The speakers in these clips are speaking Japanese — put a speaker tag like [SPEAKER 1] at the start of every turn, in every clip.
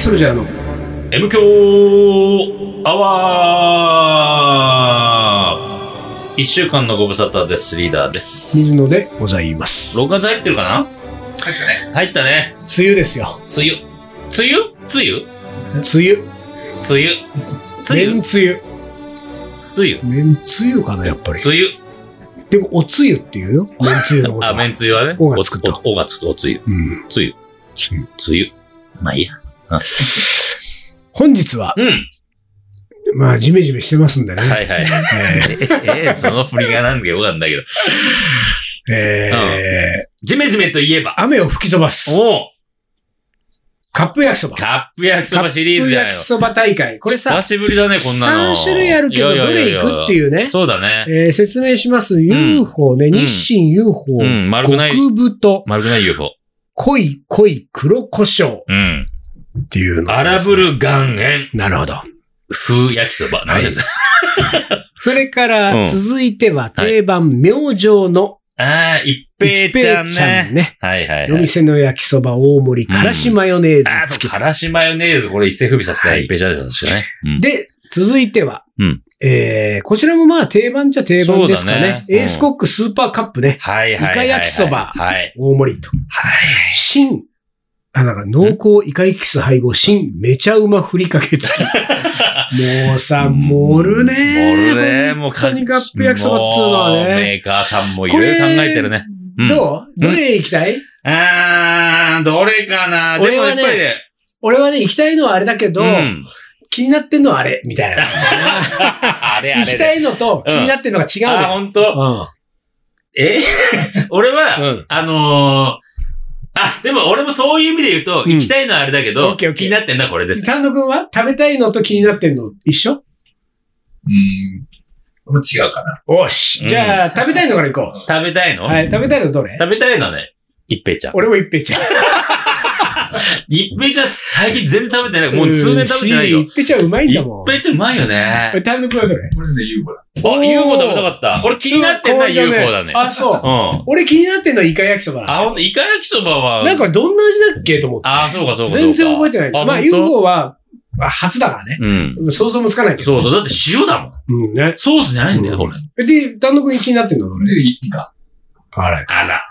[SPEAKER 1] ソルジャーの
[SPEAKER 2] M 強アワー一週間のご無沙汰です。リーダーです。
[SPEAKER 1] 水野でございます。
[SPEAKER 2] 6月入ってるかな
[SPEAKER 3] 入ったね。
[SPEAKER 2] 入ったね。
[SPEAKER 1] 梅雨ですよ。
[SPEAKER 2] 梅雨。梅雨梅雨
[SPEAKER 1] 梅雨。
[SPEAKER 2] 梅雨
[SPEAKER 1] 年梅
[SPEAKER 2] 梅雨
[SPEAKER 1] 雨。年梅雨かな、やっぱり。
[SPEAKER 2] 梅雨
[SPEAKER 1] でも、お梅雨っていうよ。年梅雨のこと
[SPEAKER 2] あ、
[SPEAKER 1] は。
[SPEAKER 2] めんつゆはね。
[SPEAKER 1] おがつくと
[SPEAKER 2] おおがつくとおつゆ。
[SPEAKER 1] うん。
[SPEAKER 2] つゆ。つゆ。まあいいや。
[SPEAKER 1] 本日は、
[SPEAKER 2] うん。
[SPEAKER 1] まあ、ジメジメしてますんでね。
[SPEAKER 2] は いはい。ええ、その振りがなんかよかったんだけど。
[SPEAKER 1] えー
[SPEAKER 2] ジメジメといえば。
[SPEAKER 1] 雨を吹き飛ばす。
[SPEAKER 2] おお
[SPEAKER 1] カップ焼きそば。
[SPEAKER 2] カップ焼きそばシリーズじゃ
[SPEAKER 1] カップ
[SPEAKER 2] ないの
[SPEAKER 1] 焼き。そば大会。これさ
[SPEAKER 2] 久、しぶりだね、こんな
[SPEAKER 1] 3
[SPEAKER 2] の。
[SPEAKER 1] 種類あるけど、どれ行くって
[SPEAKER 2] う
[SPEAKER 1] いうね。
[SPEAKER 2] そうだね。
[SPEAKER 1] えー説明します。UFO ね。日清 UFO。
[SPEAKER 2] うん、丸くない、
[SPEAKER 1] 極太、
[SPEAKER 2] 丸くない UFO。
[SPEAKER 1] 濃い濃い黒胡椒っ
[SPEAKER 2] うん。
[SPEAKER 1] ていうの
[SPEAKER 2] 荒ぶる岩塩、
[SPEAKER 1] なるほど。
[SPEAKER 2] 風焼きそば。なんだっけ
[SPEAKER 1] それか
[SPEAKER 2] う
[SPEAKER 1] ら、
[SPEAKER 2] ん
[SPEAKER 1] 続いては定番、明星の
[SPEAKER 2] ああ、一
[SPEAKER 1] 一
[SPEAKER 2] 平ちゃ
[SPEAKER 1] 平
[SPEAKER 2] ん
[SPEAKER 1] ちゃん
[SPEAKER 2] ね。
[SPEAKER 1] ね。
[SPEAKER 2] はいはい
[SPEAKER 1] お
[SPEAKER 2] はい。
[SPEAKER 1] 店の焼きそば大盛り、からしマヨネーズ
[SPEAKER 2] ああ、
[SPEAKER 1] つ
[SPEAKER 2] そう、
[SPEAKER 1] け
[SPEAKER 2] からしマヨネーズ、これ一世不備させ
[SPEAKER 1] は
[SPEAKER 2] て、
[SPEAKER 1] い
[SPEAKER 2] 一平ちゃんですね。うん
[SPEAKER 1] で、続いては
[SPEAKER 2] うん、
[SPEAKER 1] えーこちらもまあ定番じゃ定番ですか
[SPEAKER 2] そうだ
[SPEAKER 1] ね
[SPEAKER 2] ね。
[SPEAKER 1] エースコックスーパーカップね。
[SPEAKER 2] はいはいはいは
[SPEAKER 1] イ
[SPEAKER 2] い。
[SPEAKER 1] カ焼きそば
[SPEAKER 2] はい。
[SPEAKER 1] 大盛りと。
[SPEAKER 2] はい。
[SPEAKER 1] 新、あ、なんか濃厚イカエキス配合、新めちゃうまふりかけ 付き。もうさ、盛るね
[SPEAKER 2] 盛るねもう
[SPEAKER 1] 本当にカップ焼きそばっつうのは
[SPEAKER 2] もう
[SPEAKER 1] ね。
[SPEAKER 2] メーカーさんもいろいろ考えてるね。うん
[SPEAKER 1] どうどれ行きたい、
[SPEAKER 2] ああ、どれかなでもやっぱ
[SPEAKER 1] 俺
[SPEAKER 2] り
[SPEAKER 1] は
[SPEAKER 2] ね、
[SPEAKER 1] 俺はね、行きたいのはあれだけど、
[SPEAKER 2] うん
[SPEAKER 1] 気になってんのはあれ、み たいな。
[SPEAKER 2] あれあれ
[SPEAKER 1] 行
[SPEAKER 2] で。
[SPEAKER 1] きたいのと気になってんのが違うの
[SPEAKER 2] あ、
[SPEAKER 1] よ。
[SPEAKER 2] 本当。え 俺は、
[SPEAKER 1] うん。
[SPEAKER 2] あのー、あ、でも俺もそういう意味で言うと、
[SPEAKER 1] うん
[SPEAKER 2] 行きたいのはあれだけ
[SPEAKER 1] オッ
[SPEAKER 2] ど、
[SPEAKER 1] ケーオッケー
[SPEAKER 2] 気になってんだこれです。
[SPEAKER 1] 丹野くんは食べたいのと気になってんの一緒
[SPEAKER 3] うん。これも違うかな。
[SPEAKER 1] おし。じゃあ、食べたいのから行こ。
[SPEAKER 2] 食べたいうの、
[SPEAKER 1] はい、食べたいのどれ
[SPEAKER 2] 食べたいのね。一平ちゃん。
[SPEAKER 1] 俺も一平ちゃん。
[SPEAKER 2] 一平ちゃん最近全然食べてない。もう数年食べてない
[SPEAKER 1] うんし。
[SPEAKER 2] よ
[SPEAKER 1] 一平ちゃんうまいん
[SPEAKER 2] 一
[SPEAKER 1] だもん。
[SPEAKER 2] 平ちゃんうまいよね。
[SPEAKER 1] 丹野くんはどれ
[SPEAKER 3] これね、ユーゴだ。
[SPEAKER 1] お
[SPEAKER 2] あ、
[SPEAKER 1] ー
[SPEAKER 2] UFO 食べたかった。俺気になってんな、
[SPEAKER 1] これが
[SPEAKER 2] UFO だね。
[SPEAKER 1] あ、そう。
[SPEAKER 2] うん。
[SPEAKER 1] 俺気になってんのはイカ焼きそば
[SPEAKER 2] あ、
[SPEAKER 1] な
[SPEAKER 2] ほんと、イカ焼きそばは、
[SPEAKER 1] の。なんかどんな味だっけと思って。
[SPEAKER 2] あ、そうかそうかそうか。
[SPEAKER 1] 全然覚えてない。まあ、
[SPEAKER 2] 本当
[SPEAKER 1] UFO は、まあ初だからね。
[SPEAKER 2] うん。
[SPEAKER 1] 想像もつかないけど。
[SPEAKER 2] そうそう。だって塩だもん。
[SPEAKER 1] うんね。
[SPEAKER 2] ソースじゃないんだよ、これ。
[SPEAKER 1] で、丹野くん気になってんのど
[SPEAKER 3] こ
[SPEAKER 1] れ
[SPEAKER 3] れでいいか。
[SPEAKER 1] あれ。
[SPEAKER 2] あら。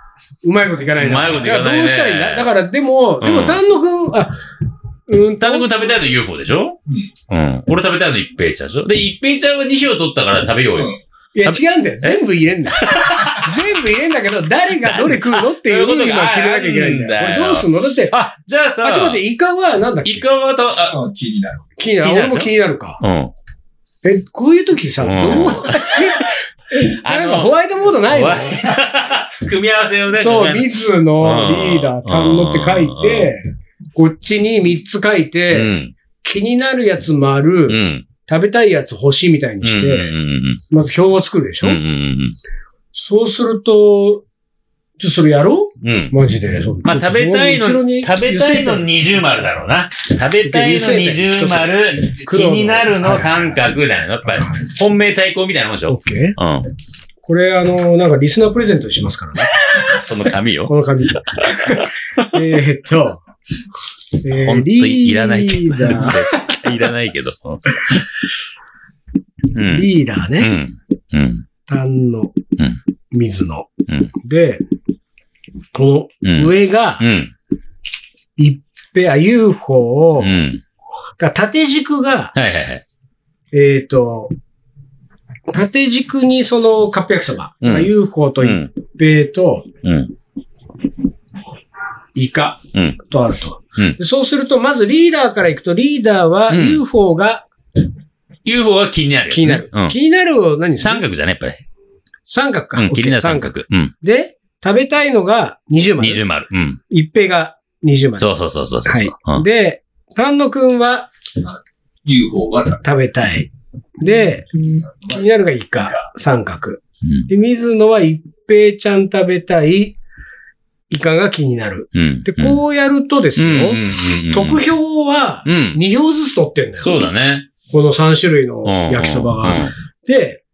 [SPEAKER 1] うまいこといかないな。
[SPEAKER 2] うまいこといかないね
[SPEAKER 1] やどうしたらいいんだだから、でも、
[SPEAKER 2] うん
[SPEAKER 1] でも、丹野くん、あ、うん、
[SPEAKER 2] 田野くん食べたいの UFO でしょうん。俺食べたいの一平ちゃんでしょで、一平ちゃんは2票取ったから食べようよ。
[SPEAKER 3] うん
[SPEAKER 1] いや、違うんだよ。全部入れんだ よ。全部入れんだけど、誰がどれ食うのっていう
[SPEAKER 2] そうい
[SPEAKER 1] のを
[SPEAKER 2] うこと
[SPEAKER 1] 今
[SPEAKER 2] が
[SPEAKER 1] 決めなきゃいけないんだよ。
[SPEAKER 2] あるんだ
[SPEAKER 1] こ
[SPEAKER 2] よ
[SPEAKER 1] れどうすんのだって、
[SPEAKER 2] あ、じゃあさ
[SPEAKER 1] あ、ちょっと待って、イカはなんだっけ
[SPEAKER 2] イカはた、あ、
[SPEAKER 3] うん気になる。
[SPEAKER 1] 気になる。
[SPEAKER 2] 気にな
[SPEAKER 1] 俺
[SPEAKER 2] る
[SPEAKER 1] も気になるか。
[SPEAKER 2] うん。
[SPEAKER 1] え、こういう時さ、
[SPEAKER 2] うん
[SPEAKER 1] どう、
[SPEAKER 2] あ
[SPEAKER 1] なんかホ
[SPEAKER 2] の、
[SPEAKER 1] ワイトボードないの
[SPEAKER 2] ホワイ組み合わせをね。
[SPEAKER 1] そう、
[SPEAKER 2] 組み
[SPEAKER 1] 水野、リーダー、丹野って書いて、こっちに3つ書い
[SPEAKER 2] 合わせ
[SPEAKER 1] て、気になるやつ丸、
[SPEAKER 2] うん。うん。
[SPEAKER 1] 食べたいやつ星みたいにし
[SPEAKER 2] うん
[SPEAKER 1] て、まず表を作るでしょ、
[SPEAKER 2] うんうんうん
[SPEAKER 1] そうすると、ちょ、それやろ
[SPEAKER 2] うん。うん
[SPEAKER 1] うマジで。そう
[SPEAKER 2] まあ、
[SPEAKER 1] ちょっ
[SPEAKER 2] 食
[SPEAKER 1] と
[SPEAKER 2] べたいの、
[SPEAKER 1] そ後ろに
[SPEAKER 2] 食べたいの
[SPEAKER 1] 油性ペン
[SPEAKER 2] 二重丸だろうな。食べたいの二重丸、気
[SPEAKER 1] 黒の
[SPEAKER 2] になるの三角だよ。やっぱり、本命対抗みたいなもんでし
[SPEAKER 1] オ
[SPEAKER 2] ょ
[SPEAKER 1] ッ。ケー
[SPEAKER 2] うん。
[SPEAKER 1] これ、あの、なんかリスナープレゼントにしますからね。
[SPEAKER 2] その紙よ。
[SPEAKER 1] この 紙。えーっと、えー
[SPEAKER 2] 本当にいらないけ
[SPEAKER 1] リ
[SPEAKER 2] ど
[SPEAKER 1] ーダ。ー、
[SPEAKER 2] いらないけど。うん。
[SPEAKER 1] リーダー
[SPEAKER 2] う
[SPEAKER 1] ね。
[SPEAKER 2] ん。うん。
[SPEAKER 1] 丹野、水野
[SPEAKER 2] うん。
[SPEAKER 1] で、こ
[SPEAKER 2] う
[SPEAKER 1] の
[SPEAKER 2] ん。
[SPEAKER 1] 上が
[SPEAKER 2] う、ん。
[SPEAKER 1] 一平、あ UFO
[SPEAKER 2] う、ん。
[SPEAKER 1] だから縦軸が、
[SPEAKER 2] はいはいはい。
[SPEAKER 1] えっ、と、縦軸にそのカップ焼きそば、
[SPEAKER 2] うん
[SPEAKER 1] まあ UFO と
[SPEAKER 2] う
[SPEAKER 1] 一
[SPEAKER 2] ん。
[SPEAKER 1] 平と
[SPEAKER 2] うん。
[SPEAKER 1] イカ
[SPEAKER 2] うん。
[SPEAKER 1] とあると。
[SPEAKER 2] うん
[SPEAKER 1] でそうすると、まずリーダーからいくと、リーダーは
[SPEAKER 2] うん
[SPEAKER 1] UFO が
[SPEAKER 2] UFO は気になるやつ
[SPEAKER 1] 気になる。
[SPEAKER 2] うん。
[SPEAKER 1] 気になるを何する
[SPEAKER 2] 三角じゃねやっぱり。
[SPEAKER 1] 三角か。
[SPEAKER 2] うん。気にな
[SPEAKER 1] OK
[SPEAKER 2] る三角。うん。
[SPEAKER 1] で、食べたいのが20枚
[SPEAKER 2] 二。重丸。うん。
[SPEAKER 1] 一平が20枚。
[SPEAKER 2] そうそうそうそうそう。
[SPEAKER 1] は
[SPEAKER 2] う
[SPEAKER 1] い。
[SPEAKER 2] ん
[SPEAKER 1] で、丹野くんは
[SPEAKER 3] UFO は食
[SPEAKER 1] 食べたい。で、気になるがイカ、三角。
[SPEAKER 2] うん
[SPEAKER 1] で、水野は一平ちゃん食べたい、イカが気になる。
[SPEAKER 2] うん。
[SPEAKER 1] で、
[SPEAKER 2] うん
[SPEAKER 1] こうやるとですよ、
[SPEAKER 2] うんうんうんうん。
[SPEAKER 1] 得票は
[SPEAKER 2] うん。
[SPEAKER 1] 2票ずつ取ってんだよ。
[SPEAKER 2] そうだね。
[SPEAKER 1] この3種類の
[SPEAKER 2] うん
[SPEAKER 1] 焼きそば
[SPEAKER 2] うん
[SPEAKER 1] が。で、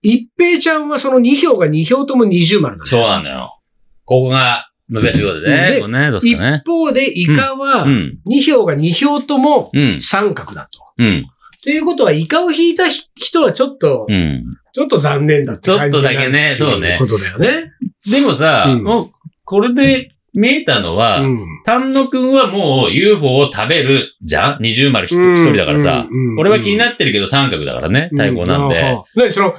[SPEAKER 1] 一平ちゃんはその2票が2票とも20丸なんだ
[SPEAKER 2] そうなんだよ。ここが難しいことね。
[SPEAKER 1] で
[SPEAKER 2] こうね、どうす
[SPEAKER 1] 一
[SPEAKER 2] かね。
[SPEAKER 1] 方でイカは
[SPEAKER 2] う、ん。
[SPEAKER 1] 2票が2票とも
[SPEAKER 2] うん。
[SPEAKER 1] 三角だと。
[SPEAKER 2] うん。
[SPEAKER 1] ということは、イカを引いた人はちょっと、
[SPEAKER 2] うん。
[SPEAKER 1] ちょっと残念だって感じになる
[SPEAKER 2] ちょっとだけねそう
[SPEAKER 1] っ
[SPEAKER 2] ね
[SPEAKER 1] ていうことだよね。
[SPEAKER 2] でもさ、
[SPEAKER 1] うん
[SPEAKER 2] もう、これで見えたのは、
[SPEAKER 1] う
[SPEAKER 2] 丹野くんはもう UFO を食べるじゃん二重丸一
[SPEAKER 1] ん。
[SPEAKER 2] 人だからさ。
[SPEAKER 1] うん、
[SPEAKER 2] 俺は気に
[SPEAKER 1] っ
[SPEAKER 2] なってるけど三角だからね。対抗なんで。
[SPEAKER 1] 何その、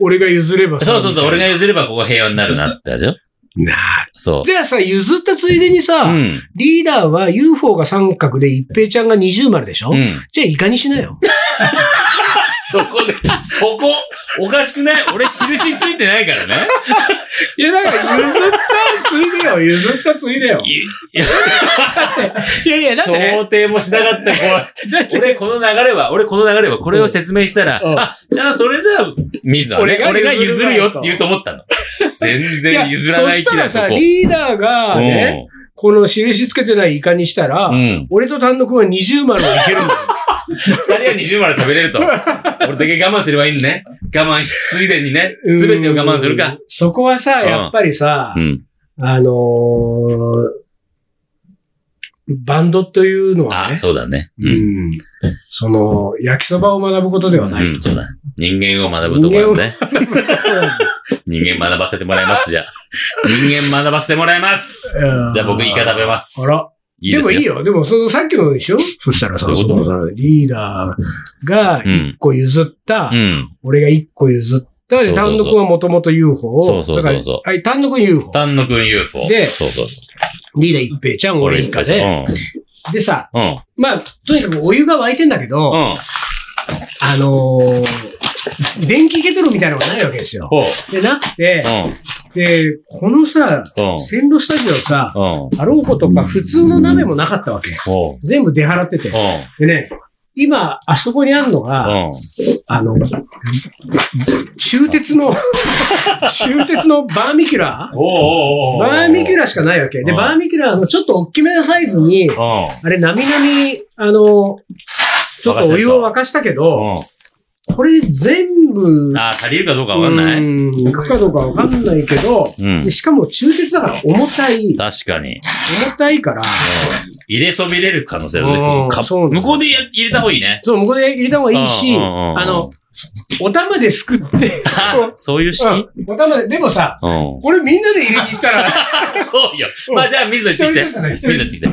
[SPEAKER 1] 俺が譲ればさ
[SPEAKER 2] そうそうそう、俺が
[SPEAKER 1] み
[SPEAKER 2] 譲ればここ平和になるなってでしょ
[SPEAKER 1] たいななる
[SPEAKER 2] そ
[SPEAKER 1] じゃあさ、譲ったついでにさ、
[SPEAKER 2] う。うん。
[SPEAKER 1] リーダーは UFO が三角で一平ちゃんが二重丸でしょ、
[SPEAKER 2] うん。
[SPEAKER 1] じゃあイカにしなよ。
[SPEAKER 2] そこで、そこおかしくない俺印ついてないからね。
[SPEAKER 1] いや、なんか譲ったついでよ。譲ったついでよ。いやいや、だってね。
[SPEAKER 2] 想定もしなかった。こ う
[SPEAKER 1] だって
[SPEAKER 2] 俺この流れは、俺この流れはこれを説明したら、
[SPEAKER 1] うん
[SPEAKER 2] あ、じゃあそれじゃあ、水野はね、俺
[SPEAKER 1] 俺
[SPEAKER 2] が
[SPEAKER 1] が
[SPEAKER 2] 譲
[SPEAKER 1] 譲
[SPEAKER 2] る
[SPEAKER 1] る
[SPEAKER 2] よ
[SPEAKER 1] よ
[SPEAKER 2] って言うと思ったの。全
[SPEAKER 1] いや
[SPEAKER 2] 然譲らない
[SPEAKER 1] そし
[SPEAKER 2] 気
[SPEAKER 1] た
[SPEAKER 2] だ
[SPEAKER 1] ら
[SPEAKER 2] そ
[SPEAKER 1] さ、
[SPEAKER 2] こ。
[SPEAKER 1] リーダーがね、この印つけてないイカにしたら、
[SPEAKER 2] うん。うん。
[SPEAKER 1] 俺と単独は二重丸はいけるんだよ。
[SPEAKER 2] 二人は20まで食べれると。俺だけ我慢すればいいんね。我慢し、ついでにね。すべてを我慢する
[SPEAKER 1] う
[SPEAKER 2] か
[SPEAKER 1] ん。。そこはさ、
[SPEAKER 2] うん
[SPEAKER 1] やっぱりさ
[SPEAKER 2] う、ん。
[SPEAKER 1] あのーバンドというのは
[SPEAKER 2] あ、
[SPEAKER 1] ね、
[SPEAKER 2] そうだね。う。
[SPEAKER 1] うんんその、焼きそばを学ぶことではない。
[SPEAKER 2] うん、そうだ。人間を学ぶところだね。人間学ばせてもらいます、じゃあ。人間学ばせてもらいますじゃあ僕イカ食べます
[SPEAKER 1] あら。
[SPEAKER 2] いいで
[SPEAKER 1] ですもいい
[SPEAKER 2] よ。
[SPEAKER 1] よ。でも、その、さっきのでしょそしたらさ
[SPEAKER 2] どう、いう
[SPEAKER 1] そ
[SPEAKER 2] こと
[SPEAKER 1] のさ、リーダーが
[SPEAKER 2] う
[SPEAKER 1] 一
[SPEAKER 2] ん。
[SPEAKER 1] 個譲った
[SPEAKER 2] う、ん。
[SPEAKER 1] 俺が一個譲った、
[SPEAKER 2] そう
[SPEAKER 1] で、
[SPEAKER 2] そうそう
[SPEAKER 1] 単独はもともと UFO を。
[SPEAKER 2] そうそうそうそう
[SPEAKER 1] だからはい、単独 UFO。
[SPEAKER 2] 丹野くん UFO。
[SPEAKER 1] で
[SPEAKER 2] そうそう。
[SPEAKER 1] リーダー一平ちゃん、俺以下で。
[SPEAKER 2] うん。
[SPEAKER 1] でさ、
[SPEAKER 2] うん。
[SPEAKER 1] まあ、とにかくお湯が沸いてんだけど、
[SPEAKER 2] うん。
[SPEAKER 1] あのー電気ケトルみたいなのがないわけですよ。
[SPEAKER 2] ほう。
[SPEAKER 1] で、なくて、
[SPEAKER 2] う
[SPEAKER 1] で、このさ、
[SPEAKER 2] ん。うん。
[SPEAKER 1] 線路スタジオさ、
[SPEAKER 2] うん。
[SPEAKER 1] あろうことか普通の鍋もなかったわけ。
[SPEAKER 2] ほう。
[SPEAKER 1] 全部出払ってて
[SPEAKER 2] う。ん。
[SPEAKER 1] でね、今、あそこにあるのが、
[SPEAKER 2] うん。
[SPEAKER 1] あの、中鉄 の、中鉄のバーミキュラー
[SPEAKER 2] おお
[SPEAKER 1] バーミキュラーしかないわけ。で、
[SPEAKER 2] うん
[SPEAKER 1] バーミキュラーのちょっと大きめのサイズに、
[SPEAKER 2] ー。
[SPEAKER 1] あれ、なみなみ、あの、ちょっとお湯を沸かしたけど、
[SPEAKER 2] うん。
[SPEAKER 1] これ全部、
[SPEAKER 2] ああ、足りるかどうかわかんない。
[SPEAKER 1] うん行くかどうかわかんないけど、
[SPEAKER 2] うん
[SPEAKER 1] で。しかも中鉄だから重たい、
[SPEAKER 2] 確かに。
[SPEAKER 1] 重たいから、
[SPEAKER 2] 入れそびれる可能性ある
[SPEAKER 1] う
[SPEAKER 2] ね
[SPEAKER 1] ん
[SPEAKER 2] か
[SPEAKER 1] そうなんだ
[SPEAKER 2] 向こうでや入れた方がいいね。
[SPEAKER 1] そう、向こうで入れた方がいいし、
[SPEAKER 2] うんうんうんうん
[SPEAKER 1] あの、お玉ですくって、
[SPEAKER 2] あそういう式うん。
[SPEAKER 1] うんお玉で、でもさ、
[SPEAKER 2] そ
[SPEAKER 1] これみんなで入れに行った ら、
[SPEAKER 2] うよ。まあじゃあ、水野行ってき
[SPEAKER 1] 一人ずつね一人
[SPEAKER 2] て。水野行ってきて。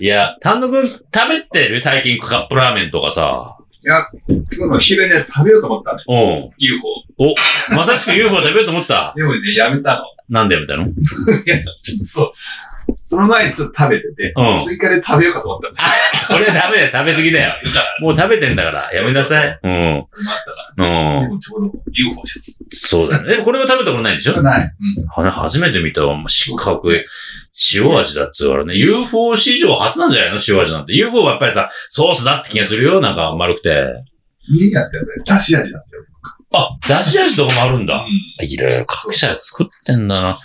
[SPEAKER 2] いや、丹野くん食べてる最近カップラーメンとかさ。
[SPEAKER 3] いや、今日の昼ね、食べようと思ったね。
[SPEAKER 2] うん。
[SPEAKER 3] UFO。
[SPEAKER 2] お、まさしく UFO 食べようと思った。
[SPEAKER 3] でもね、やめたの。
[SPEAKER 2] なんでやめたの
[SPEAKER 3] いや、ちょっと、その前にちょっと食べてて、
[SPEAKER 2] うん
[SPEAKER 3] スイカで食べようかと思ったの。
[SPEAKER 2] それダメだよ。食べ過ぎだよ。もう食べてんだから、やめなさい。うん。
[SPEAKER 3] あったか
[SPEAKER 2] う
[SPEAKER 3] ら。で
[SPEAKER 2] ん。
[SPEAKER 3] もちょうど UFO し
[SPEAKER 2] そうだね。でもこれは食べたことないんでしょ
[SPEAKER 3] かない。うん。
[SPEAKER 2] あれ初めて見たわ。四角い。塩味だっつうからね。UFO 史上初なんじゃないの塩味なんて。UFO はやっぱりさ、ソースだって気がするよ。なんか丸くて。
[SPEAKER 3] 家にあったやつね、出し味だったよ。
[SPEAKER 2] あ、だし味とかもあるんだ。
[SPEAKER 3] う
[SPEAKER 2] いろいろ各社作ってんだな。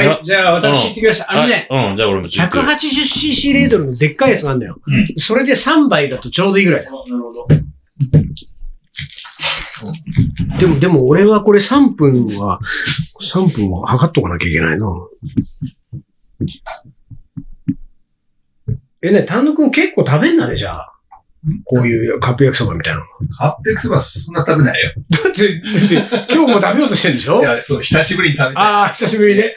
[SPEAKER 2] いや
[SPEAKER 1] はい、じゃあ私行ってきました。あのね、
[SPEAKER 2] はいうん、じゃあ俺もちょっと。
[SPEAKER 1] 180cc レードルのでっかいやつなんだよ。
[SPEAKER 3] うん
[SPEAKER 1] それで3杯だとちょうどいいぐらい。
[SPEAKER 3] ん。なるほど。
[SPEAKER 1] でも、でも俺はこれ3分は、3分は測っとかなきゃいけないな。えね、丹野くん結構食べんだね、じゃあ。こういうカップ焼きそばみたいなの。
[SPEAKER 3] 800そばそんな食べないよ。
[SPEAKER 1] だって、だって今日も食べようとしてるんでしょ
[SPEAKER 3] いや、そう、久しぶりに食べた
[SPEAKER 1] ああ、久しぶりね。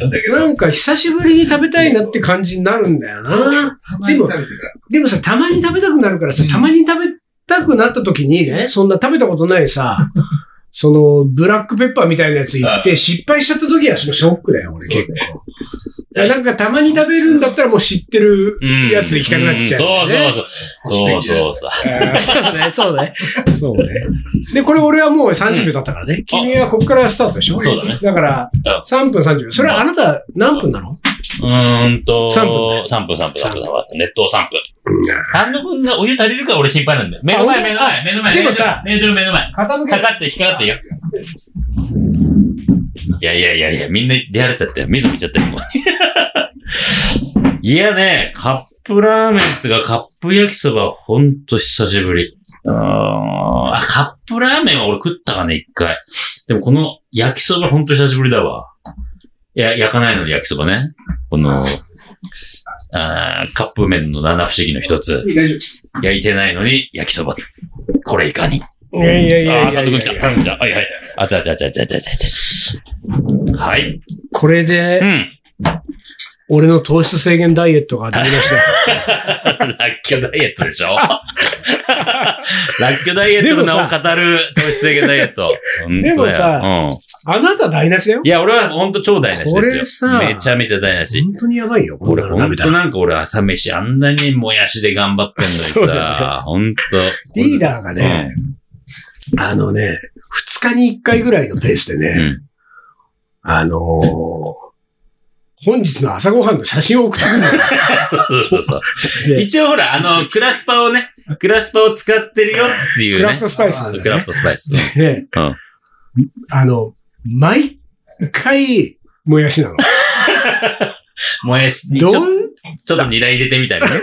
[SPEAKER 3] んだけど。
[SPEAKER 1] なんか久しぶりに食べたいなって感じになるんだよな。
[SPEAKER 3] たまに食べてから。
[SPEAKER 1] でもさ、たまに食べたくなるからさ
[SPEAKER 3] う、ん
[SPEAKER 1] たまに食べたくなった時にね、そんな食べたことないさ、その、ブラックペッパーみたいなやつ行って、失敗しちゃった時はそのショックだよ、俺
[SPEAKER 3] そう
[SPEAKER 1] 結構。いやなんかたまに食べるんだったらもう知ってる。
[SPEAKER 2] うん
[SPEAKER 1] やつ行きたくなっちゃうよね
[SPEAKER 2] んそうそうそう。そうそうそう。
[SPEAKER 1] そうね、そうね。そうね。で、これ俺はもう30秒経ったからね。君はここからスタートでしょ
[SPEAKER 2] そうだね。
[SPEAKER 1] だから
[SPEAKER 2] うん、
[SPEAKER 1] 3分30秒。それはあなた何分なの
[SPEAKER 2] うーんと、
[SPEAKER 1] 三
[SPEAKER 2] 3分、3分、3分、3分。熱湯3分。
[SPEAKER 1] 傾
[SPEAKER 2] 丹野くんがお湯足りるから俺心配なんだよ。目の前、目の前、目の前。
[SPEAKER 1] でもさ
[SPEAKER 2] 目の前、目の前。
[SPEAKER 1] け
[SPEAKER 2] かかって、引っかかってよ。いやいやいやいや、みんな出られちゃったよ。水見ちゃったよ、もう いやね、カップラーメンつがカップ焼きそば、ほんと久しぶり。うーんあ、カップラーメンは俺食ったかね、一回。でもこの焼きそばほんと久しぶりだわ。いや、焼かないので焼きそばね。この、あーカップ麺の七不思議の一つ。
[SPEAKER 1] 大丈
[SPEAKER 2] 焼いてないのに焼きそば。これいかに。
[SPEAKER 1] 夫。いやいやい
[SPEAKER 2] あ
[SPEAKER 1] や
[SPEAKER 2] あ、
[SPEAKER 1] いや
[SPEAKER 2] 監
[SPEAKER 1] いや
[SPEAKER 2] 督来た。監督来た。はいはい。あちゃあちゃあちゃあちゃあちゃあちゃあちゃ。はい。
[SPEAKER 1] これ
[SPEAKER 2] う
[SPEAKER 1] で、
[SPEAKER 2] ん。
[SPEAKER 1] 俺の糖質制限ダイエットが始まりました。
[SPEAKER 2] ラッキョダイエットでしょラッキョダイエットの名を語る糖質制限ダイエット。
[SPEAKER 1] でもさ
[SPEAKER 2] 本当だようん
[SPEAKER 1] あなた台無しだよ。
[SPEAKER 2] いや、俺はほんと超台無し
[SPEAKER 1] これ
[SPEAKER 2] ですよ。
[SPEAKER 1] さ
[SPEAKER 2] めちゃめちゃ台無し。
[SPEAKER 1] 本当にやばいよ、こん
[SPEAKER 2] 俺
[SPEAKER 1] なの
[SPEAKER 2] ほ
[SPEAKER 1] 食
[SPEAKER 2] ん
[SPEAKER 1] べた
[SPEAKER 2] と
[SPEAKER 1] ら。
[SPEAKER 2] なんか俺朝飯あんなにもやしで頑張ってんのに
[SPEAKER 1] そうだよ
[SPEAKER 2] さ、ほんと。
[SPEAKER 1] リーダーがね、あのね、二日に一回ぐらいのペースで
[SPEAKER 2] うん。う
[SPEAKER 1] ね、
[SPEAKER 2] ん
[SPEAKER 1] あのー、本日の朝ごはんの写真を送ってくるのよ
[SPEAKER 2] そうそうそうそう。
[SPEAKER 1] で
[SPEAKER 2] 一応ほら、あの、クラスパをね、クラスパを使ってるよってい
[SPEAKER 1] ク
[SPEAKER 2] う
[SPEAKER 1] ラフ
[SPEAKER 2] ね
[SPEAKER 1] ト。スパイスなんだ
[SPEAKER 2] ク
[SPEAKER 1] よ
[SPEAKER 2] ラ
[SPEAKER 1] ね
[SPEAKER 2] フトスパイス。
[SPEAKER 1] で
[SPEAKER 2] うん
[SPEAKER 1] あの、毎回、もやし なの。
[SPEAKER 2] もやしにちょ
[SPEAKER 1] ど
[SPEAKER 2] ちょ
[SPEAKER 1] ん、
[SPEAKER 2] っとニラ入れてみた いなね。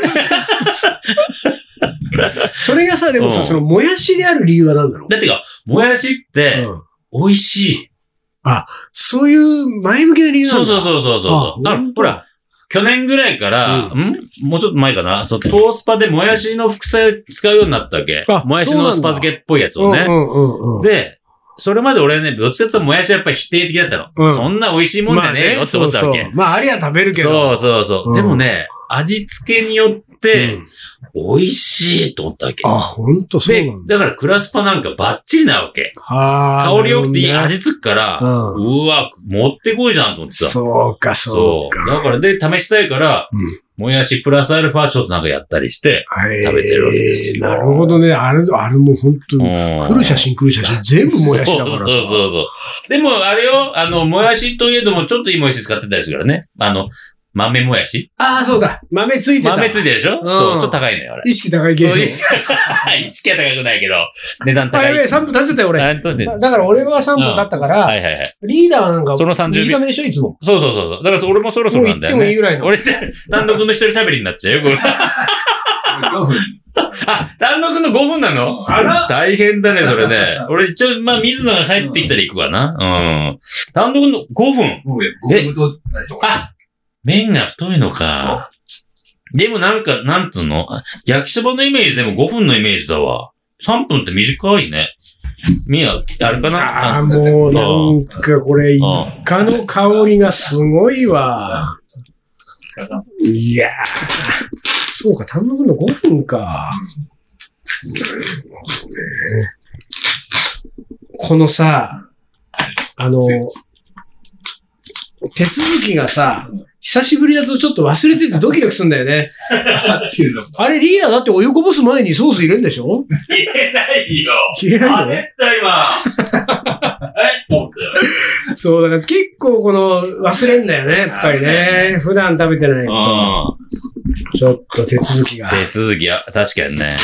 [SPEAKER 1] それがさ、でも
[SPEAKER 2] う
[SPEAKER 1] さ、
[SPEAKER 2] ん
[SPEAKER 1] そのもやしである理由は何なの
[SPEAKER 2] だってか、もやしって
[SPEAKER 1] うん
[SPEAKER 2] 美味し
[SPEAKER 1] そういう前向きな理
[SPEAKER 2] い。
[SPEAKER 1] 由な
[SPEAKER 2] そ
[SPEAKER 1] の
[SPEAKER 2] うそうそうそうそう。だからほら、、去年ぐらいから、、
[SPEAKER 1] うん
[SPEAKER 2] もうちょっと前かな、そのトースパでもやしの副菜を使うようになったわけ
[SPEAKER 1] あ。
[SPEAKER 2] もやしのスパ漬けっぽいやつをね。
[SPEAKER 1] うんうんうんうん。
[SPEAKER 2] で、それまで俺はね、どっちかっていうともやしはやっぱり否定的だったの。
[SPEAKER 1] うん
[SPEAKER 2] そんな美味しいもんじゃねえよって思ってたわけ。
[SPEAKER 1] まあねそうそうまあ、ありは食べるけど。
[SPEAKER 2] そうそうそう。
[SPEAKER 1] うん
[SPEAKER 2] でもね、味付けによっ
[SPEAKER 1] う
[SPEAKER 2] て
[SPEAKER 1] ん
[SPEAKER 2] 美味しいと思ったわけ。
[SPEAKER 1] あ、ほんとそうな
[SPEAKER 2] で
[SPEAKER 1] ん、だ。
[SPEAKER 2] だからクラスパなんかバッチリなわけ。
[SPEAKER 1] 香
[SPEAKER 2] 香り良くていい味付くから、
[SPEAKER 1] うん
[SPEAKER 2] うわ、持ってこいじゃんと思ってた。
[SPEAKER 1] そうか、
[SPEAKER 2] そ
[SPEAKER 1] そううか。
[SPEAKER 2] だからで、試したいから、
[SPEAKER 1] うん
[SPEAKER 2] もやしプラスアルファちょっとなんかやったりして、
[SPEAKER 1] はい
[SPEAKER 2] 食べてるわけですよ
[SPEAKER 1] なるほどね。あれ、あれもう本当に、来
[SPEAKER 2] 来
[SPEAKER 1] る写真来る写真、全部もやしだから
[SPEAKER 2] そ
[SPEAKER 1] さ
[SPEAKER 2] う。そうそうそう。でも、あれよ、あの、もやしといえども、ちょっといいもやし使ってたりするからね。あの、豆もやし
[SPEAKER 1] ああ、そうだ。豆ついてた。
[SPEAKER 2] 豆ついてるでしょ、
[SPEAKER 1] うん
[SPEAKER 2] そう、ちょっと高いのよ、あれ。
[SPEAKER 1] 意識高い系。
[SPEAKER 2] そう意識意識は高くないけど、値段
[SPEAKER 1] あ、
[SPEAKER 2] 高
[SPEAKER 1] や
[SPEAKER 2] い。
[SPEAKER 1] べえ、3分経っちゃったよ、俺。
[SPEAKER 2] あとね
[SPEAKER 1] だだから俺は3分経ったか
[SPEAKER 2] は
[SPEAKER 1] ら、
[SPEAKER 2] いはいはい。
[SPEAKER 1] リーダーはなんか、
[SPEAKER 2] その30秒
[SPEAKER 1] 短めでしょ、いつも。
[SPEAKER 2] そうそうそうそう。だからそ俺もそろそ
[SPEAKER 1] もう
[SPEAKER 2] ろな
[SPEAKER 1] 行っ
[SPEAKER 2] んだ
[SPEAKER 1] て
[SPEAKER 2] よ
[SPEAKER 1] もいい
[SPEAKER 2] ね。
[SPEAKER 1] ぐらいの。
[SPEAKER 2] 俺、単独の一人喋りになっちゃうよ、こ れ
[SPEAKER 3] 5分。
[SPEAKER 2] あ、単独の5分なの
[SPEAKER 1] あら
[SPEAKER 2] 大変だね、それ ね。俺一応、まあ、水野が帰ってきたら行くわな。うん。単独の5分。
[SPEAKER 3] もう5分と、ないと
[SPEAKER 2] あ麺が太いのか。でもなんか、なんつうの焼きそばのイメージでも5分のイメージだわ。3分って短いね。みや、あれか
[SPEAKER 1] あ
[SPEAKER 2] な
[SPEAKER 1] あ、
[SPEAKER 2] あ
[SPEAKER 1] もうなんかこれ、イ
[SPEAKER 2] う
[SPEAKER 1] カの香りがすごいわ。いやーそうか、単独の5分か。このさ、あの、手続きがさ、久しぶりだとちょっと忘れててドキドキするんだよね。
[SPEAKER 3] っていうのも。
[SPEAKER 1] あれ、リーダーだってお湯こぼす前にソース入れるんでしょ
[SPEAKER 2] 言えないよ。
[SPEAKER 1] 入れないのね
[SPEAKER 2] た今。 え思ったよ。
[SPEAKER 1] そう、だから結構この忘れんだよね、やっぱりね。普段食べてないと。ちょっと手続きが。
[SPEAKER 2] うん。手続きは、確かにね。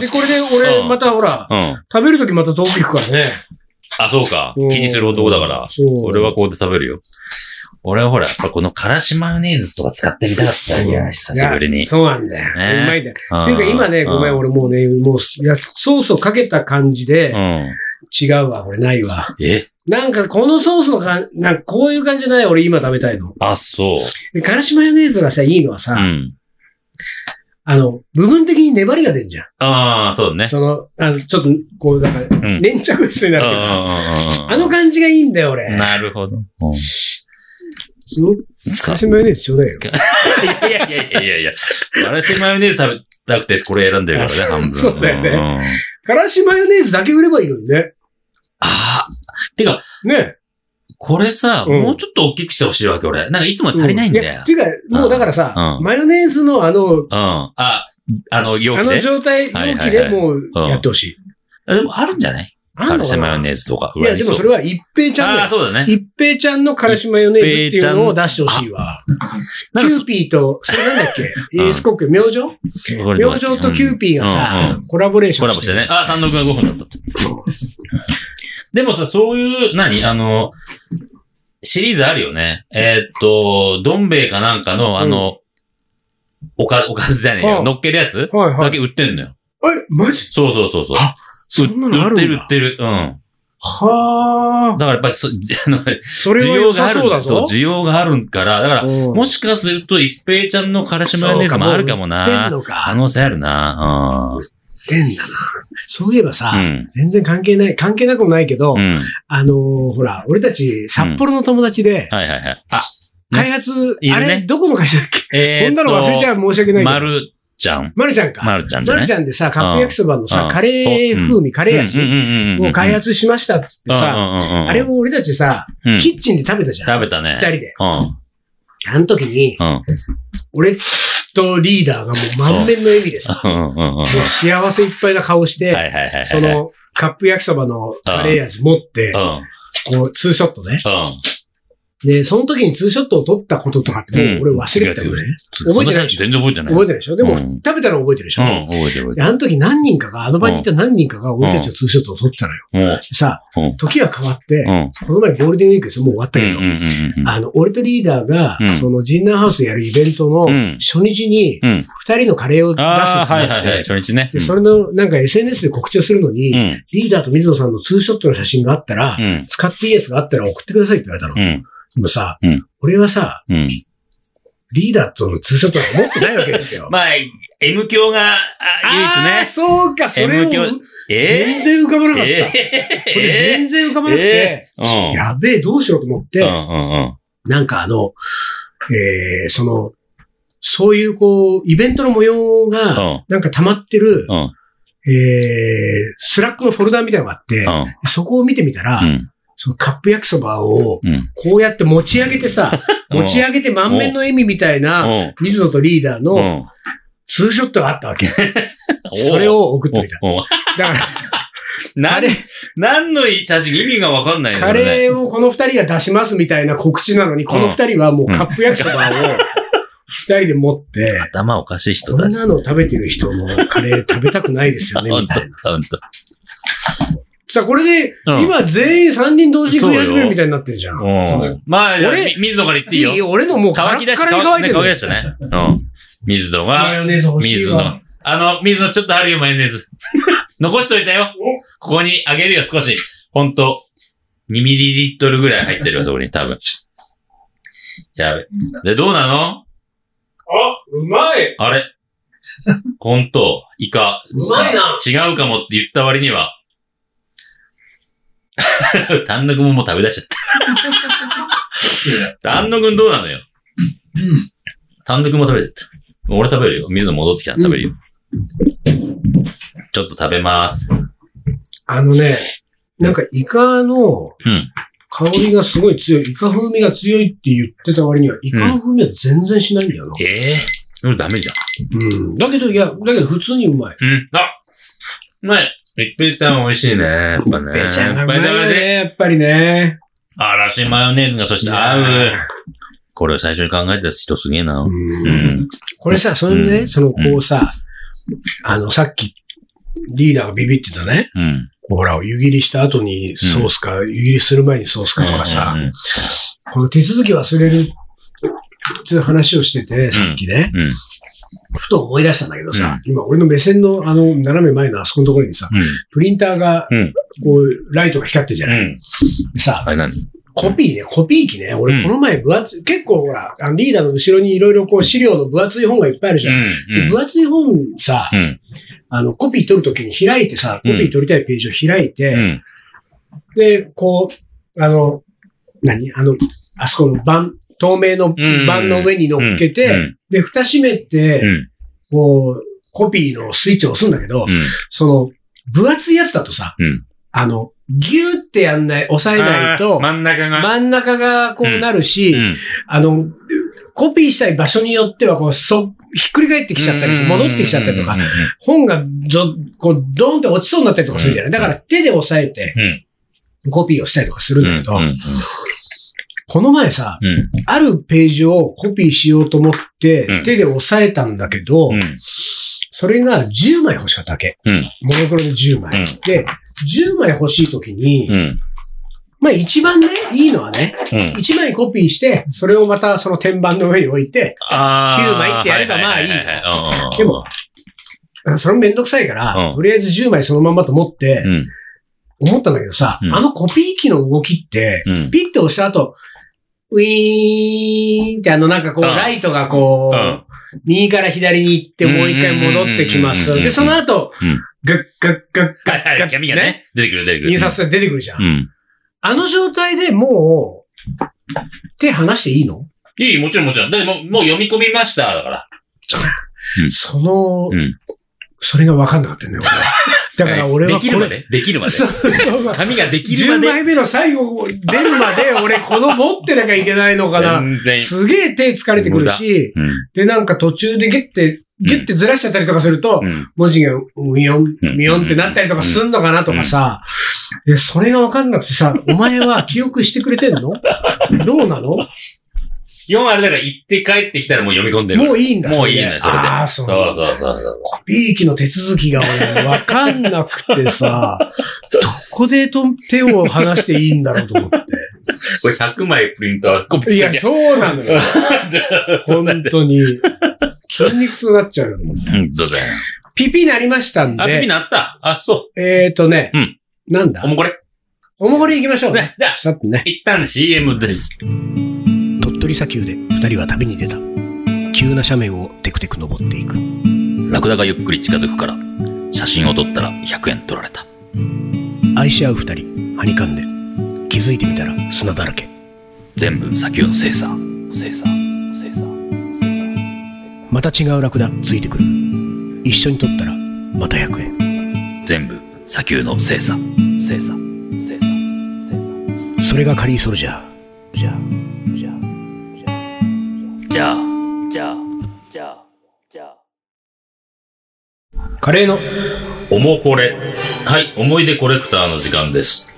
[SPEAKER 1] で、これで俺、またほら、
[SPEAKER 2] うん。
[SPEAKER 1] 食べるときまた遠く行くからね。
[SPEAKER 2] あ、そうか。気にする男だから。
[SPEAKER 1] そう。
[SPEAKER 2] 俺はこうで食べるよ。俺はほら、やっぱこのからしマヨネーズとか使ってみたかった。いや、久しぶり
[SPEAKER 1] い
[SPEAKER 2] に
[SPEAKER 1] や。そうなんだよ。
[SPEAKER 2] ね
[SPEAKER 1] うまいんだよ。
[SPEAKER 2] っ
[SPEAKER 1] っていうか今ね、ごめん、
[SPEAKER 2] う
[SPEAKER 1] 俺もうね、もう、いや、ソースをかけた感じ
[SPEAKER 2] ん。
[SPEAKER 1] で、違うわ、俺ないわ。
[SPEAKER 2] え
[SPEAKER 1] なんかこのソースのかん、なんかこういう感じじゃない、俺今食べたいの。
[SPEAKER 2] あ、そう。
[SPEAKER 1] で、からしマヨネーズがさ、いいのは
[SPEAKER 2] う
[SPEAKER 1] さ、
[SPEAKER 2] ん。
[SPEAKER 1] あの、部分的に粘りが出るじゃん。
[SPEAKER 2] ああ、そうね。
[SPEAKER 1] その、あの、ちょっと、こう、なんか、
[SPEAKER 2] うん。
[SPEAKER 1] 粘着質にな
[SPEAKER 2] うん
[SPEAKER 1] る
[SPEAKER 2] う
[SPEAKER 1] けど。あ
[SPEAKER 2] んうん
[SPEAKER 1] の感じがいいんだよ、俺。
[SPEAKER 2] なるほど。うん
[SPEAKER 1] その、
[SPEAKER 2] 使
[SPEAKER 1] 最
[SPEAKER 2] う
[SPEAKER 1] 初マヨネーズちょうだいよ。
[SPEAKER 2] いやいやいやいやいや。からしマヨネーズ食べたくて、これ選んでるから ね、
[SPEAKER 1] あ
[SPEAKER 2] 半分。
[SPEAKER 1] そうだよね
[SPEAKER 2] ん。
[SPEAKER 1] からしマヨネーズだけ売ればいいのにね。
[SPEAKER 2] ああ。てか、
[SPEAKER 1] ね。
[SPEAKER 2] これさ、
[SPEAKER 1] うん
[SPEAKER 2] もうちょっと大きくしてほしいわけ、俺。なんかいつもは足りないんだよ
[SPEAKER 1] や。っていうか、もうだからさ、
[SPEAKER 2] うん
[SPEAKER 1] マヨネーズのあの、
[SPEAKER 2] うん。あ、あの、容
[SPEAKER 1] あ
[SPEAKER 2] 器
[SPEAKER 1] の
[SPEAKER 2] ね。
[SPEAKER 1] 状態、
[SPEAKER 2] はい
[SPEAKER 1] 容
[SPEAKER 2] は
[SPEAKER 1] 器
[SPEAKER 2] いは
[SPEAKER 1] で
[SPEAKER 2] い
[SPEAKER 1] もうやってほしい。
[SPEAKER 2] あでもあるんじゃない
[SPEAKER 1] あんの
[SPEAKER 2] カ
[SPEAKER 1] か
[SPEAKER 2] ル
[SPEAKER 1] な
[SPEAKER 2] シマヨネーズとか。
[SPEAKER 1] いや、でもそれは一平ちゃん
[SPEAKER 2] あ
[SPEAKER 1] だ
[SPEAKER 2] あ、
[SPEAKER 1] よ。
[SPEAKER 2] そうだね。
[SPEAKER 1] 一平ちゃんのからしマヨネーズっていうのを
[SPEAKER 2] 一平ちゃ
[SPEAKER 1] 出してほしいわ。キ
[SPEAKER 2] なんか
[SPEAKER 1] ューピーと、それなんだっけ
[SPEAKER 2] うん
[SPEAKER 1] えー、すごく、明星
[SPEAKER 2] これ
[SPEAKER 1] 明星とキューピーが
[SPEAKER 2] うん
[SPEAKER 1] さ
[SPEAKER 2] う、
[SPEAKER 1] コラボレーシ
[SPEAKER 2] コ
[SPEAKER 1] ョン
[SPEAKER 2] ラボしてね。あ、単独が5分だったって。 でもさ、そういう、何あの、シリーズあるよね。えーっと、どん兵衛かなんかの、あの、おか、おかずじゃねえよ。
[SPEAKER 1] うん
[SPEAKER 2] 乗っけるやつ
[SPEAKER 1] はいは
[SPEAKER 2] だ
[SPEAKER 1] い。
[SPEAKER 2] け売ってんのよ。
[SPEAKER 1] え、マジ
[SPEAKER 2] そうそうそうそう。
[SPEAKER 1] あそんなのあ
[SPEAKER 2] 売
[SPEAKER 1] る
[SPEAKER 2] っ
[SPEAKER 1] んだ
[SPEAKER 2] てる売ってる。うん。
[SPEAKER 1] はあ。
[SPEAKER 2] だからやっぱりそ、 あの
[SPEAKER 1] それ
[SPEAKER 2] 需
[SPEAKER 1] は
[SPEAKER 2] 要
[SPEAKER 1] 良
[SPEAKER 2] が
[SPEAKER 1] さ
[SPEAKER 2] ある
[SPEAKER 1] そ
[SPEAKER 2] ん
[SPEAKER 1] うだ
[SPEAKER 2] だ。そう、
[SPEAKER 1] ぞ。
[SPEAKER 2] 需要があるから、だから、も
[SPEAKER 1] も
[SPEAKER 2] しかすると、一平ちゃんのからしマヨネーズもあるかも
[SPEAKER 1] 売ってん
[SPEAKER 2] な。
[SPEAKER 1] の
[SPEAKER 2] 可
[SPEAKER 1] か。
[SPEAKER 2] 能性あるな。
[SPEAKER 1] 売ってんだな。そういえばさ、
[SPEAKER 2] うん。
[SPEAKER 1] 全然関係ない、関係なくもないけど、
[SPEAKER 2] うん。
[SPEAKER 1] あのーほら、俺たち、札幌の友達で、
[SPEAKER 2] はいはいはい。あ、ね
[SPEAKER 1] 開発、
[SPEAKER 2] いるね
[SPEAKER 1] あれ、どこの会社だっけ、
[SPEAKER 2] え
[SPEAKER 1] こんなの忘れちゃ
[SPEAKER 2] う。
[SPEAKER 1] う申し訳ないけど。
[SPEAKER 2] まるちゃん。
[SPEAKER 1] まるちゃんか。
[SPEAKER 2] まるちゃんじゃ
[SPEAKER 1] ま
[SPEAKER 2] な
[SPEAKER 1] る
[SPEAKER 2] い
[SPEAKER 1] ちゃんでさ、カップ焼きそばの
[SPEAKER 2] う
[SPEAKER 1] さ
[SPEAKER 2] ん、
[SPEAKER 1] カレー風味、カレー
[SPEAKER 2] うん
[SPEAKER 1] 味
[SPEAKER 2] うんうんうんうん
[SPEAKER 1] を開発しましたっつってさ、
[SPEAKER 2] うんうんうんうん
[SPEAKER 1] あれを俺たちさ、
[SPEAKER 2] うん
[SPEAKER 1] キッチンで食べたじゃん。
[SPEAKER 2] 食べたね。
[SPEAKER 1] 二人で。
[SPEAKER 2] うん。
[SPEAKER 1] あの時に、
[SPEAKER 2] うん。
[SPEAKER 1] 俺とリーダーがもう満面の笑みでさ、
[SPEAKER 2] うんうんうんうん。は
[SPEAKER 1] もう幸せいっぱいな顔し
[SPEAKER 2] い
[SPEAKER 1] て、
[SPEAKER 2] はいはいはい。
[SPEAKER 1] そのカップ焼きそばのカレー味持って
[SPEAKER 2] う、ん。うん。
[SPEAKER 1] こう、ツーショットね。で、その時にツーショットを撮ったこととかって、もう俺忘れてたのね。覚えてないでしょ
[SPEAKER 2] 全然覚えてない。
[SPEAKER 1] 覚えてないでしょでも、
[SPEAKER 2] うん
[SPEAKER 1] 食べたのは覚えてるでしょ、
[SPEAKER 2] うん、覚えてる覚え
[SPEAKER 1] であの時何人かが、あの場にいた何人かが俺たちのツーショットを撮ってたのよ。
[SPEAKER 2] てる。もう、
[SPEAKER 1] さ
[SPEAKER 2] うん、
[SPEAKER 1] 時は変わって、
[SPEAKER 2] うん。
[SPEAKER 1] この前ゴールデンウィークですよ、もう終わったけど、
[SPEAKER 2] うんうんうんうん。
[SPEAKER 1] あの、俺とリーダーが、
[SPEAKER 2] うん
[SPEAKER 1] その、ジンナーハウスやるイベントの
[SPEAKER 2] うん
[SPEAKER 1] 初日に、
[SPEAKER 2] うん
[SPEAKER 1] 二人のカレーを出すって
[SPEAKER 2] ああ、は
[SPEAKER 1] なっ
[SPEAKER 2] い
[SPEAKER 1] て
[SPEAKER 2] はいはい。初日ね。
[SPEAKER 1] でそれの、なんか SNS で告知をするのに、
[SPEAKER 2] うん。
[SPEAKER 1] リーダーと水野さんのツーショットの写真があったら、
[SPEAKER 2] うん。
[SPEAKER 1] 使っていいやつがあったら送ってくださいって言われたの。
[SPEAKER 2] う
[SPEAKER 1] で
[SPEAKER 2] ん。
[SPEAKER 1] もさ、
[SPEAKER 2] うん
[SPEAKER 1] 俺はさ、
[SPEAKER 2] うん。
[SPEAKER 1] リーダーとのツーショットは持ってないわけですよ。
[SPEAKER 2] まあ、M 教が、あ
[SPEAKER 1] あー
[SPEAKER 2] 唯一ね。
[SPEAKER 1] そうか、それ
[SPEAKER 2] M
[SPEAKER 1] を
[SPEAKER 2] 教。
[SPEAKER 1] 全
[SPEAKER 2] え
[SPEAKER 1] 然浮かばなか
[SPEAKER 2] ー
[SPEAKER 1] った。これ
[SPEAKER 2] え
[SPEAKER 1] 全然浮かば
[SPEAKER 2] ー
[SPEAKER 1] なくて、
[SPEAKER 2] えー
[SPEAKER 1] やべえ、どうしようと思っ
[SPEAKER 2] うん。う
[SPEAKER 1] て、
[SPEAKER 2] んうんうん。
[SPEAKER 1] なんかあの、えー、その、そういうこう、イベントの模様
[SPEAKER 2] う
[SPEAKER 1] が、
[SPEAKER 2] ん。
[SPEAKER 1] なんか溜まってる、
[SPEAKER 2] うん。うん。
[SPEAKER 1] えー、スラックのフォルダみたいなのがあって、そこを見てみたら、
[SPEAKER 2] うん
[SPEAKER 1] そのカップ焼きそばを、
[SPEAKER 2] うん。
[SPEAKER 1] こうやって持ち上げてさ、
[SPEAKER 2] うん
[SPEAKER 1] 持ち上げて満面の笑みみたいな、
[SPEAKER 2] うん。
[SPEAKER 1] 水野とリーダー
[SPEAKER 2] う
[SPEAKER 1] の
[SPEAKER 2] ん。
[SPEAKER 1] ツーショットがあった わけ。それを送っといた。
[SPEAKER 2] おう。おう
[SPEAKER 1] だから、
[SPEAKER 2] な
[SPEAKER 1] カレー
[SPEAKER 2] 何の写真意味がわかんないんだ
[SPEAKER 1] カ
[SPEAKER 2] よね。
[SPEAKER 1] レーをこの二人が出しますみたいな告知なのに、この二人はもうカップ焼きそばを 二人で持って、
[SPEAKER 2] 頭おかしい人
[SPEAKER 1] こ
[SPEAKER 2] だ
[SPEAKER 1] ん
[SPEAKER 2] し。
[SPEAKER 1] なの食べてる人のカレー食べたくないですよ ね、
[SPEAKER 2] ほん
[SPEAKER 1] み
[SPEAKER 2] と
[SPEAKER 1] たいな。、
[SPEAKER 2] ほんと。
[SPEAKER 1] さあ、これで、
[SPEAKER 2] うん
[SPEAKER 1] 今全員三人同時に食い始めるみたいになってるじゃん。
[SPEAKER 2] うん。まあ、じゃあ
[SPEAKER 1] 俺
[SPEAKER 2] み水野から言って
[SPEAKER 1] い
[SPEAKER 2] い
[SPEAKER 1] い
[SPEAKER 2] いよ。
[SPEAKER 1] よ、俺のもうカラ
[SPEAKER 2] 乾き出
[SPEAKER 1] ッ
[SPEAKER 2] し
[SPEAKER 1] カ
[SPEAKER 2] た、
[SPEAKER 1] ラに乾
[SPEAKER 2] 乾
[SPEAKER 1] い
[SPEAKER 2] き
[SPEAKER 1] て
[SPEAKER 2] 乾き
[SPEAKER 1] る。
[SPEAKER 2] 出したね。うん。水野
[SPEAKER 1] マ
[SPEAKER 2] が、
[SPEAKER 1] ヨネーズ欲しい
[SPEAKER 2] 水
[SPEAKER 1] わ
[SPEAKER 2] 野。。あの、水野ちょっとあるよ、マヨネ ーズ。残しといたよ。ここにあげるよ、少し。ほんと。2ミリリットルぐらい入ってるよ、そこに、多分。やべ。で、どうなの
[SPEAKER 1] あ、うまい
[SPEAKER 2] あれほんと、イカ。
[SPEAKER 1] うまいな
[SPEAKER 2] 違うかもって言った割には。 丹野くんももう食べ出しちゃった。丹野くんどうなのよ
[SPEAKER 3] うん。
[SPEAKER 2] 単独も食べてた。俺食べるよ。水野戻ってきたら食べるよ。ちょっと食べます。
[SPEAKER 1] あのね、なんかイカの
[SPEAKER 2] うん
[SPEAKER 1] 香りがすごい強い。イカ風味が強いって言ってた割には、イカの風味は全然しないんだよな。
[SPEAKER 2] ええー。俺ダメじゃん。
[SPEAKER 1] うん。だけど、いや、だけど普通にうまい。
[SPEAKER 2] うん。あうまい。一平ちゃん美味しいね。やっぱね。
[SPEAKER 1] べちゃんが
[SPEAKER 2] や
[SPEAKER 1] う
[SPEAKER 2] っ
[SPEAKER 1] ま
[SPEAKER 2] ぱ
[SPEAKER 1] い
[SPEAKER 2] り
[SPEAKER 1] よ
[SPEAKER 2] 美味しい。
[SPEAKER 1] ね、やっぱりね。
[SPEAKER 2] あらしマヨネーズがそして合う。これを最初に考えた人すげえな。うん。
[SPEAKER 1] うんこれさ、それで
[SPEAKER 2] う
[SPEAKER 1] ね、
[SPEAKER 2] ん
[SPEAKER 1] その、こうさ、あの、さっき、リーダーがビビってたね。
[SPEAKER 2] うん。
[SPEAKER 1] こうほら、湯切りした後にソースか、湯切りする前にソースかとかさ
[SPEAKER 2] うん、うん
[SPEAKER 1] この手続き忘れるっていう話をしてて、さっきね、
[SPEAKER 2] うん。
[SPEAKER 1] ふと思い出したんだけどさ、今俺の目線のあの、斜め前のあそこのところにさ、プリンターが
[SPEAKER 2] うん、
[SPEAKER 1] こう、ライトが光ってるじゃ
[SPEAKER 2] うん。う
[SPEAKER 1] ない
[SPEAKER 2] ん。
[SPEAKER 1] さ、
[SPEAKER 2] あれ何
[SPEAKER 1] コピーね、コピー機ね。
[SPEAKER 2] う
[SPEAKER 1] 俺
[SPEAKER 2] ん
[SPEAKER 1] この前分厚い、結構ほら、あのリーダーの後ろにいろいろこう資料の分厚い本がいっぱいあるじゃん。
[SPEAKER 2] うん。
[SPEAKER 1] で分厚い本さ、
[SPEAKER 2] うん。
[SPEAKER 1] あの、コピー取るときに開いてさ、コ
[SPEAKER 2] うん
[SPEAKER 1] ピー取りたいページを開いて、
[SPEAKER 2] うん。
[SPEAKER 1] で、こう、あの、何あの、あそこの盤、透明の
[SPEAKER 2] ん
[SPEAKER 1] 盤の上に乗っけ
[SPEAKER 2] う
[SPEAKER 1] て、
[SPEAKER 2] ん
[SPEAKER 1] で、蓋閉めて、
[SPEAKER 2] うん。
[SPEAKER 1] こう、コピーのスイッチを押すんだけど、
[SPEAKER 2] うん。
[SPEAKER 1] その、分厚いやつだとさ、
[SPEAKER 2] うん
[SPEAKER 1] あの、ギューってやんない、押さえない
[SPEAKER 2] あ
[SPEAKER 1] と
[SPEAKER 2] ー、真ん中が。
[SPEAKER 1] 真ん中がこうなるし、
[SPEAKER 2] うん。
[SPEAKER 1] あの、コピーしたい場所によっては、こう、そ、ひっくり返ってきちゃったり、戻ってきちゃったりとか
[SPEAKER 2] うん、うんうんうん
[SPEAKER 1] 本がぞ、こう、ドーンって落ちそうになったりとかするじゃない、だから手で押さえて、コピーをしたりとかするんだけど、
[SPEAKER 2] うんうん
[SPEAKER 1] この前さ、
[SPEAKER 2] うん
[SPEAKER 1] あるページをコピーしようと思って、
[SPEAKER 2] うん
[SPEAKER 1] 手で押さえたんだけど、
[SPEAKER 2] うん
[SPEAKER 1] それが10枚欲しかったわけ。
[SPEAKER 2] うん
[SPEAKER 1] モノクロで10枚。
[SPEAKER 2] うん
[SPEAKER 1] で、10枚欲しいときに、
[SPEAKER 2] うん
[SPEAKER 1] まあ一番ね、いいのはね、
[SPEAKER 2] うん
[SPEAKER 1] 1枚コピーして、それをまたその天板の上に置いて、
[SPEAKER 2] あー
[SPEAKER 1] 9枚ってやればまあいいよ
[SPEAKER 2] ははははうん
[SPEAKER 1] でも、あのそれもめんどくさいから、
[SPEAKER 2] うん
[SPEAKER 1] とりあえず10枚そのまんまと思って、
[SPEAKER 2] うん。
[SPEAKER 1] 思ったんだけどさ、
[SPEAKER 2] うん
[SPEAKER 1] あのコピー機の動きって、
[SPEAKER 2] うん。
[SPEAKER 1] ピッて押した後、ウィーンってあのなんかこう、
[SPEAKER 2] うん
[SPEAKER 1] ライトがこ
[SPEAKER 2] うん
[SPEAKER 1] う、右から左に行ってもう一回戻ってきま
[SPEAKER 2] う
[SPEAKER 1] す。
[SPEAKER 2] んうんうんうんうん
[SPEAKER 1] で、その後
[SPEAKER 2] うん、
[SPEAKER 1] ガッガッガッガ
[SPEAKER 2] はい
[SPEAKER 1] ッ
[SPEAKER 2] は
[SPEAKER 1] ガ
[SPEAKER 2] い、
[SPEAKER 1] ッ
[SPEAKER 2] 紙がね、出てくる出てくる。
[SPEAKER 1] 印刷で出てくるじゃ。
[SPEAKER 2] うんん。
[SPEAKER 1] あの状態でもう、手離していいの
[SPEAKER 2] いい、もちろんもちろん。だってもう、もう読み込みました、だから。
[SPEAKER 1] その、
[SPEAKER 2] うん
[SPEAKER 1] それが分かんなかったんだ よ、俺は。だから俺は
[SPEAKER 2] で
[SPEAKER 1] これ。
[SPEAKER 2] きるまでできるまで。
[SPEAKER 1] そうそうそう。
[SPEAKER 2] 紙ができるま
[SPEAKER 1] 10
[SPEAKER 2] で。
[SPEAKER 1] 枚目の最後出るまで俺この持ってなきゃいけないのかな。
[SPEAKER 2] 全然。
[SPEAKER 1] すげえ手疲れてくるし、
[SPEAKER 2] うん。
[SPEAKER 1] でなんか途中でゲッて、ゲッてずらしちゃったりとかすると、
[SPEAKER 2] うん。
[SPEAKER 1] 文字がミヨン、
[SPEAKER 2] うん
[SPEAKER 1] ミヨンってなったりとかすんのかなとかさ、で、それがわかんなくてさ、お前は記憶してくれてん のどうなのも
[SPEAKER 2] 4あれだから行って帰ってきたらもう読み込んでるから。
[SPEAKER 1] ういいんだ。
[SPEAKER 2] もういいね、それで。
[SPEAKER 1] ああ、そう。
[SPEAKER 2] そうそうそうそう。
[SPEAKER 1] コピー機の手続きが俺わかんなくてさ、どこでと手を離していいんだろうと思って。
[SPEAKER 2] これ100枚プリントはコピー
[SPEAKER 1] い
[SPEAKER 2] する
[SPEAKER 1] や、そうなのよ。本当に。筋肉痛になっちゃうよ。
[SPEAKER 2] うん、どうだよ。
[SPEAKER 1] ピピなりましたん
[SPEAKER 2] あ、耳
[SPEAKER 1] で、
[SPEAKER 2] なった。あ、そ
[SPEAKER 1] えっ、ー、とね、
[SPEAKER 2] うん
[SPEAKER 1] なん
[SPEAKER 2] う。お
[SPEAKER 1] だ
[SPEAKER 2] もこれ。
[SPEAKER 1] おもごり行きましょう。
[SPEAKER 2] ね、じゃあ、
[SPEAKER 1] さてね。
[SPEAKER 2] 一旦 CM です。
[SPEAKER 1] 鳥取砂丘で二人は旅に出た。急な斜面をテクテク登っていく。
[SPEAKER 2] ラクダがゆっくり近づくから、写真を撮ったら100円取られた。
[SPEAKER 1] 愛し合う二人、はにかんで。気づいてみたら砂だらけ。
[SPEAKER 2] 全部砂丘の精査。精査。精査。
[SPEAKER 1] また違うラクダついてくる。一緒に撮ったら、また100円。
[SPEAKER 2] 全部砂丘の精査。精査。精査。精査。
[SPEAKER 1] それがカリーソルジャー。じゃあ、じゃあ、
[SPEAKER 2] じゃあ、じゃあ、じゃあ、じゃあ。
[SPEAKER 1] カレーの
[SPEAKER 2] おもこれ。はい、思い出コレクターの時間です。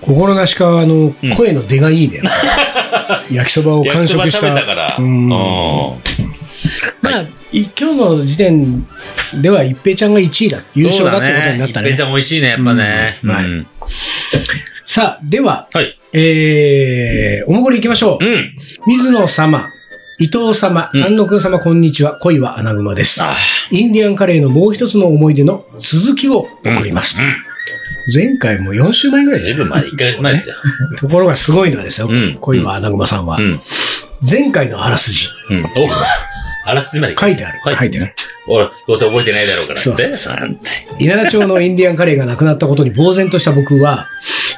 [SPEAKER 1] 心なしか、あの、
[SPEAKER 2] うん
[SPEAKER 1] 声の出がいい ね。焼きそばを
[SPEAKER 2] 焼
[SPEAKER 1] 完
[SPEAKER 2] きそば
[SPEAKER 1] 食し
[SPEAKER 2] 食べ
[SPEAKER 1] た。
[SPEAKER 2] たから。
[SPEAKER 1] うん
[SPEAKER 2] うん
[SPEAKER 1] まあ、い今日の時点では一平ちゃんが1位だ。優勝だってことになった
[SPEAKER 2] そうだね一平
[SPEAKER 1] ね。
[SPEAKER 2] ちゃん美味しいね、やっぱね。
[SPEAKER 1] うんはい
[SPEAKER 2] うん
[SPEAKER 1] さあ、では、
[SPEAKER 2] はい。
[SPEAKER 1] えー、おもごり行きましょう
[SPEAKER 2] う。ん。
[SPEAKER 1] 水野様、伊藤様、
[SPEAKER 2] うん
[SPEAKER 1] 安野くん様、こんにちは。恋は穴熊です。
[SPEAKER 2] あ
[SPEAKER 1] インディアンカレーのもう一つの思い出の続きを送ります。
[SPEAKER 2] う
[SPEAKER 1] 前回も4週前ぐ
[SPEAKER 2] ん。
[SPEAKER 1] らい
[SPEAKER 2] ずいぶん前、1ヶ月前ですよ。
[SPEAKER 1] ところがすごいのはですよ、
[SPEAKER 2] うん
[SPEAKER 1] 恋は穴熊さんは。
[SPEAKER 2] うん。
[SPEAKER 1] 前回のあらすじ、
[SPEAKER 2] うん。おあらすじまで
[SPEAKER 1] 書いてある。書いてあ
[SPEAKER 2] る。
[SPEAKER 1] る。
[SPEAKER 2] おいどうせ覚えてないだろうから
[SPEAKER 1] そうそう
[SPEAKER 2] そう。なんて
[SPEAKER 1] 稲田町のインディアンカレーがなくなったことに呆然とした僕は、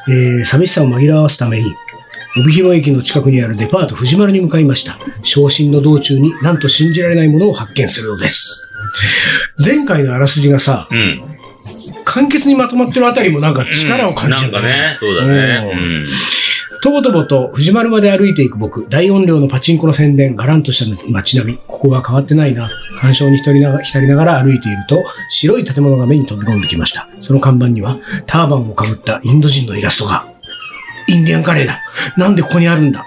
[SPEAKER 1] えー寂しさを紛らわすために、帯広駅の近くにあるデパート藤丸に向かいました。昇進の道中になんと信じられないものを発見するのです。前回のあらすじがさ、
[SPEAKER 2] うん。
[SPEAKER 1] 簡潔にまとまってるあたりもなんか力を感じる、
[SPEAKER 2] なんかね、そうだね。
[SPEAKER 1] とぼとぼと藤丸まで歩いていく僕、大音量のパチンコの宣伝、がらんとした街並み、ここは変わってないな。感傷に浸りなが浸りながら歩いていると、白い建物が目に飛び込んできました。その看板には、ターバンをかぶったインド人のイラストが。インディアンカレーだ。なんでここにあるんだ。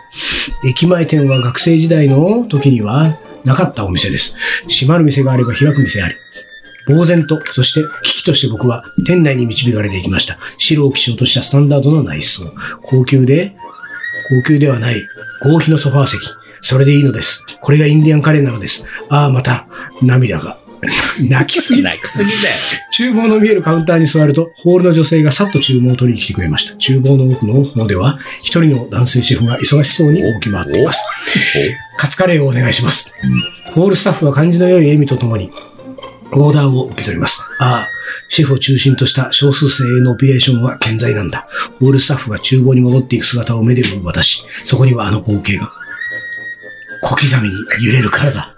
[SPEAKER 1] 駅前店は学生時代の時にはなかったお店です。閉まる店があれば開く店あり。呆然と、そして危機として僕は店内に導かれていきました。白を基調としたスタンダードの内装。高級で、高級ではない、合皮のソファー席。それでいいのです。これがインディアンカレーなのです。ああ、また、涙が。 泣きす
[SPEAKER 2] う
[SPEAKER 1] ぎ
[SPEAKER 2] ん。泣きすぎだよ。
[SPEAKER 1] 厨房の見えるカウンターに座ると、ホールの女性がさっと厨房を取りに来てくれました。厨房の奥の方では、一人の男性シェフが忙しそうに動き回っています。カツカレーをお願いします。ホールスタッフは感じの良い笑みとともに、オーダーを受け取ります。ああ、シェフを中心とした少数精鋭のオペレーションは健在なんだ。ホールスタッフが厨房に戻っていく姿を目で追う私、そこにはあの光景が、小刻みに揺れる体、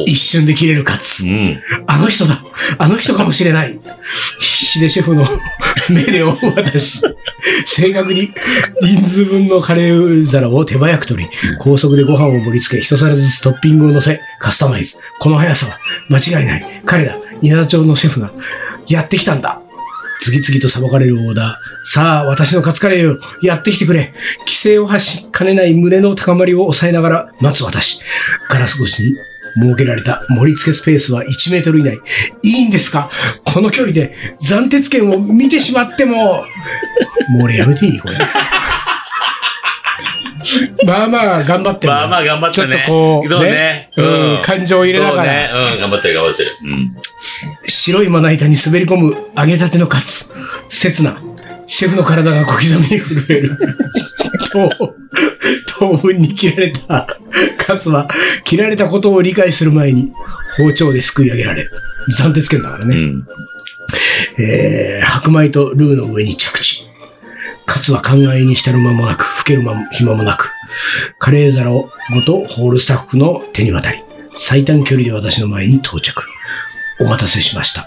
[SPEAKER 2] おお
[SPEAKER 1] 一瞬で切れるカツ
[SPEAKER 2] う。ん。
[SPEAKER 1] あの人だあの人かもしれない必死でシェフの目で追う私。正確に人数分のカレー皿を手早く取り、高速でご飯を盛り付け、一皿ずつトッピングを乗せ、カスタマイズ。この速さは間違いない。彼ら、稲田町のシェフがやってきたんだ。次々と裁かれるオーダー。さあ、私のカツカレーをやってきてくれ。規制を発しかねない胸の高まりを抑えながら待つ私。ガラス越しに設けられた盛り付けスペースは1メートル以内。いいんですかこの距離で暫定券を見てしまっても。もう俺やめていいこれ。まあまあ頑張ってるな
[SPEAKER 2] まあまあ頑張っ
[SPEAKER 1] ちょ
[SPEAKER 2] た
[SPEAKER 1] っ
[SPEAKER 2] ね。
[SPEAKER 1] とこう、
[SPEAKER 2] そうね。
[SPEAKER 1] うん感情を入れながら、
[SPEAKER 2] そうね。うん、頑張ってる頑張ってる。うん。
[SPEAKER 1] 白いまな板に滑り込む揚げたてのカツ。刹那、シェフの体が小刻みに震える。と、当分に切られたカツは、切られたことを理解する前に、包丁ですくい上げられる。暫定剣だから
[SPEAKER 2] う
[SPEAKER 1] ね。
[SPEAKER 2] ん。
[SPEAKER 1] えー、白米とルーの上に着地。カツは考えに浸る間もなく、ふける間も暇もなく、カレー皿をごとホールスタッフの手に渡り、最短距離で私の前に到着。お待たせしました。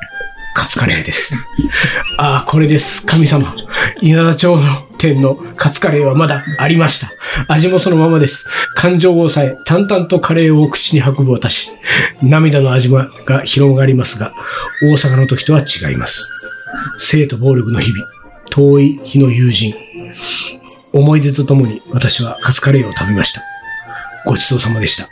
[SPEAKER 1] カツカレーです。 ああ、これです。神様。稲田町の店のカツカレーはまだありました。味もそのままです。感情を抑え、淡々とカレーを口に運ぶ私。涙の味わいが広がりますが、大阪の時とは違います。生と暴力の日々、遠い日の友人。思い出とともに私はカツカレーを食べました。ごちそうさまでした。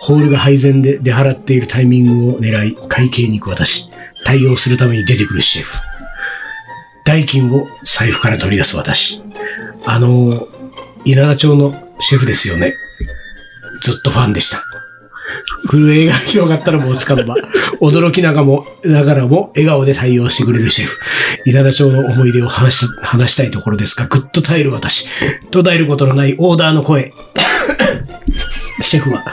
[SPEAKER 1] ホールが配膳で出払っているタイミングを狙い、会計に行く私。対応するために出てくるシェフ。代金を財布から取り出す私。あの、稲田町のシェフですよね。ずっとファンでした。震えが広がったのもつかの間、驚きながらも、ながらも笑顔で対応してくれるシェフ。稲田町の思い出を話す話したいところですが、ぐっと耐える私。途絶えることのないオーダーの声。 シェフは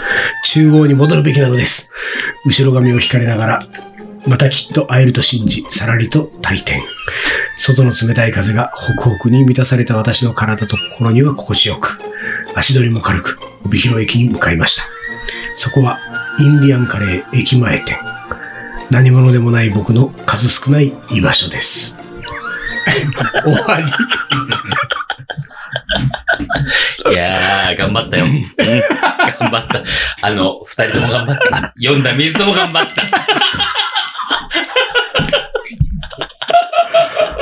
[SPEAKER 1] 厨房に戻るべきなのです。後ろ髪を引かれながら、またきっと会えると信じ、さらりと退店。外の冷たい風がホクホクに満たされた私の体と心には心地よく、足取りも軽く、帯広駅に向かいました。そこは、インディアンカレー駅前店。何者でもない僕の数少ない居場所 です。終わり。
[SPEAKER 2] いやー、頑 張ったよ。うん頑張った。あの、二人とも頑張った。読んだ水とも頑張った。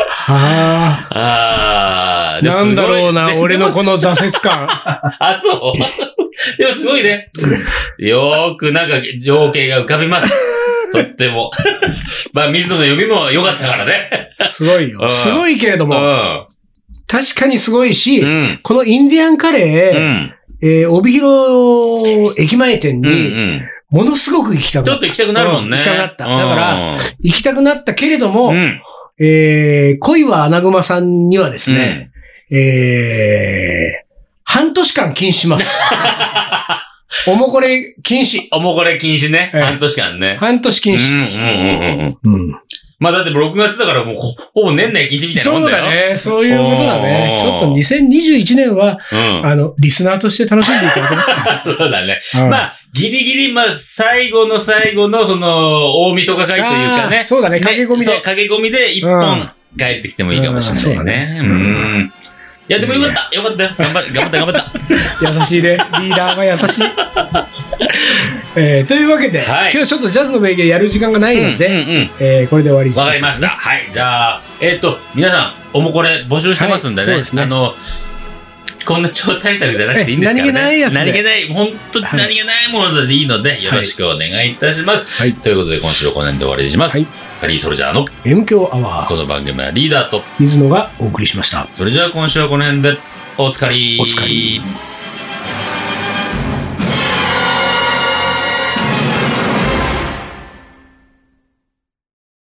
[SPEAKER 1] はあ。
[SPEAKER 2] あー、でも
[SPEAKER 1] なん
[SPEAKER 2] す
[SPEAKER 1] だ
[SPEAKER 2] ごい
[SPEAKER 1] ろうな、
[SPEAKER 2] で
[SPEAKER 1] 俺のこの挫折感。
[SPEAKER 2] あ、 そう。でもすごいね。よーくなんか情景が浮か びます。とっても。まあ、水野の読みも良かったからね。
[SPEAKER 1] すごいよ。
[SPEAKER 2] うん
[SPEAKER 1] すごいけれども、
[SPEAKER 2] う
[SPEAKER 1] 確かにすごいし、
[SPEAKER 2] ん。うん。
[SPEAKER 1] このインディアンカレー、
[SPEAKER 2] うん。
[SPEAKER 1] えー帯広駅前店
[SPEAKER 2] うんう
[SPEAKER 1] に、
[SPEAKER 2] ん。
[SPEAKER 1] ものすごく行きたく
[SPEAKER 2] ち
[SPEAKER 1] な
[SPEAKER 2] ょ
[SPEAKER 1] っ。
[SPEAKER 2] ったと行きたくなるもんね。
[SPEAKER 1] うん行きたくなっただから
[SPEAKER 2] うん、
[SPEAKER 1] 行きたくなったけれども、
[SPEAKER 2] うん。
[SPEAKER 1] えー恋は穴熊さんにはですね、えー半年間禁止し ます。おもこれ禁止。
[SPEAKER 2] うん。もうこれ禁止ね。
[SPEAKER 1] ええ
[SPEAKER 2] 半年間ね。
[SPEAKER 1] 半年
[SPEAKER 2] うん
[SPEAKER 1] 禁止。
[SPEAKER 2] うんうんうんうん。
[SPEAKER 1] うん
[SPEAKER 2] まあだってもう6月だからもうほほぼ年内禁止みたいなも
[SPEAKER 1] そ
[SPEAKER 2] ん
[SPEAKER 1] う
[SPEAKER 2] だよ。
[SPEAKER 1] だね。そういうことだね。ち
[SPEAKER 2] お
[SPEAKER 1] ょ
[SPEAKER 2] ー
[SPEAKER 1] っと2021年は、
[SPEAKER 2] うん。
[SPEAKER 1] あの、リスナーとして楽しんでいただけますか
[SPEAKER 2] そうだね。
[SPEAKER 1] うん
[SPEAKER 2] まあ、ギリギリ、まあ、最後の最後の、その、大晦日会というか
[SPEAKER 1] あー
[SPEAKER 2] ね。
[SPEAKER 1] そうだね。駆け込み
[SPEAKER 2] そう、
[SPEAKER 1] で。
[SPEAKER 2] 駆け込みで一
[SPEAKER 1] うん
[SPEAKER 2] 本帰ってきてもいいかもしれないね。
[SPEAKER 1] う
[SPEAKER 2] うんん。
[SPEAKER 1] そうだ
[SPEAKER 2] いや、でもよかった。よかったよ。頑張った、頑張った、頑張った。
[SPEAKER 1] 優しいね。リーダーが優 しい。えーというわけで、
[SPEAKER 2] はい
[SPEAKER 1] 今日ちょっとジャズの名言やる時間がないので、
[SPEAKER 2] うんうんうん
[SPEAKER 1] えーこれで終わりにし
[SPEAKER 2] わ
[SPEAKER 1] ま
[SPEAKER 2] か
[SPEAKER 1] し
[SPEAKER 2] り
[SPEAKER 1] ょう
[SPEAKER 2] ました。はい。じゃあ、えっ、と、皆さん、おもこれ募集してますんでね。
[SPEAKER 1] はいそうですね
[SPEAKER 2] あの、こんな超大作じゃなくていいんですから
[SPEAKER 1] え何気
[SPEAKER 2] ね。
[SPEAKER 1] ないやつで
[SPEAKER 2] 何気ない、本当に
[SPEAKER 1] はい
[SPEAKER 2] 何気ないものでいいので、よろしくお願いいたします。
[SPEAKER 1] はい
[SPEAKER 2] ということで、今週はこの辺で終わりにします。
[SPEAKER 1] はい
[SPEAKER 2] カリーソルジャーの
[SPEAKER 1] M 強アワ
[SPEAKER 2] こ
[SPEAKER 1] ー、
[SPEAKER 2] の番組はリーダーと、
[SPEAKER 1] 水野がお送りしました。
[SPEAKER 2] それじゃあ今週はこの辺で、おつかり
[SPEAKER 1] おつかり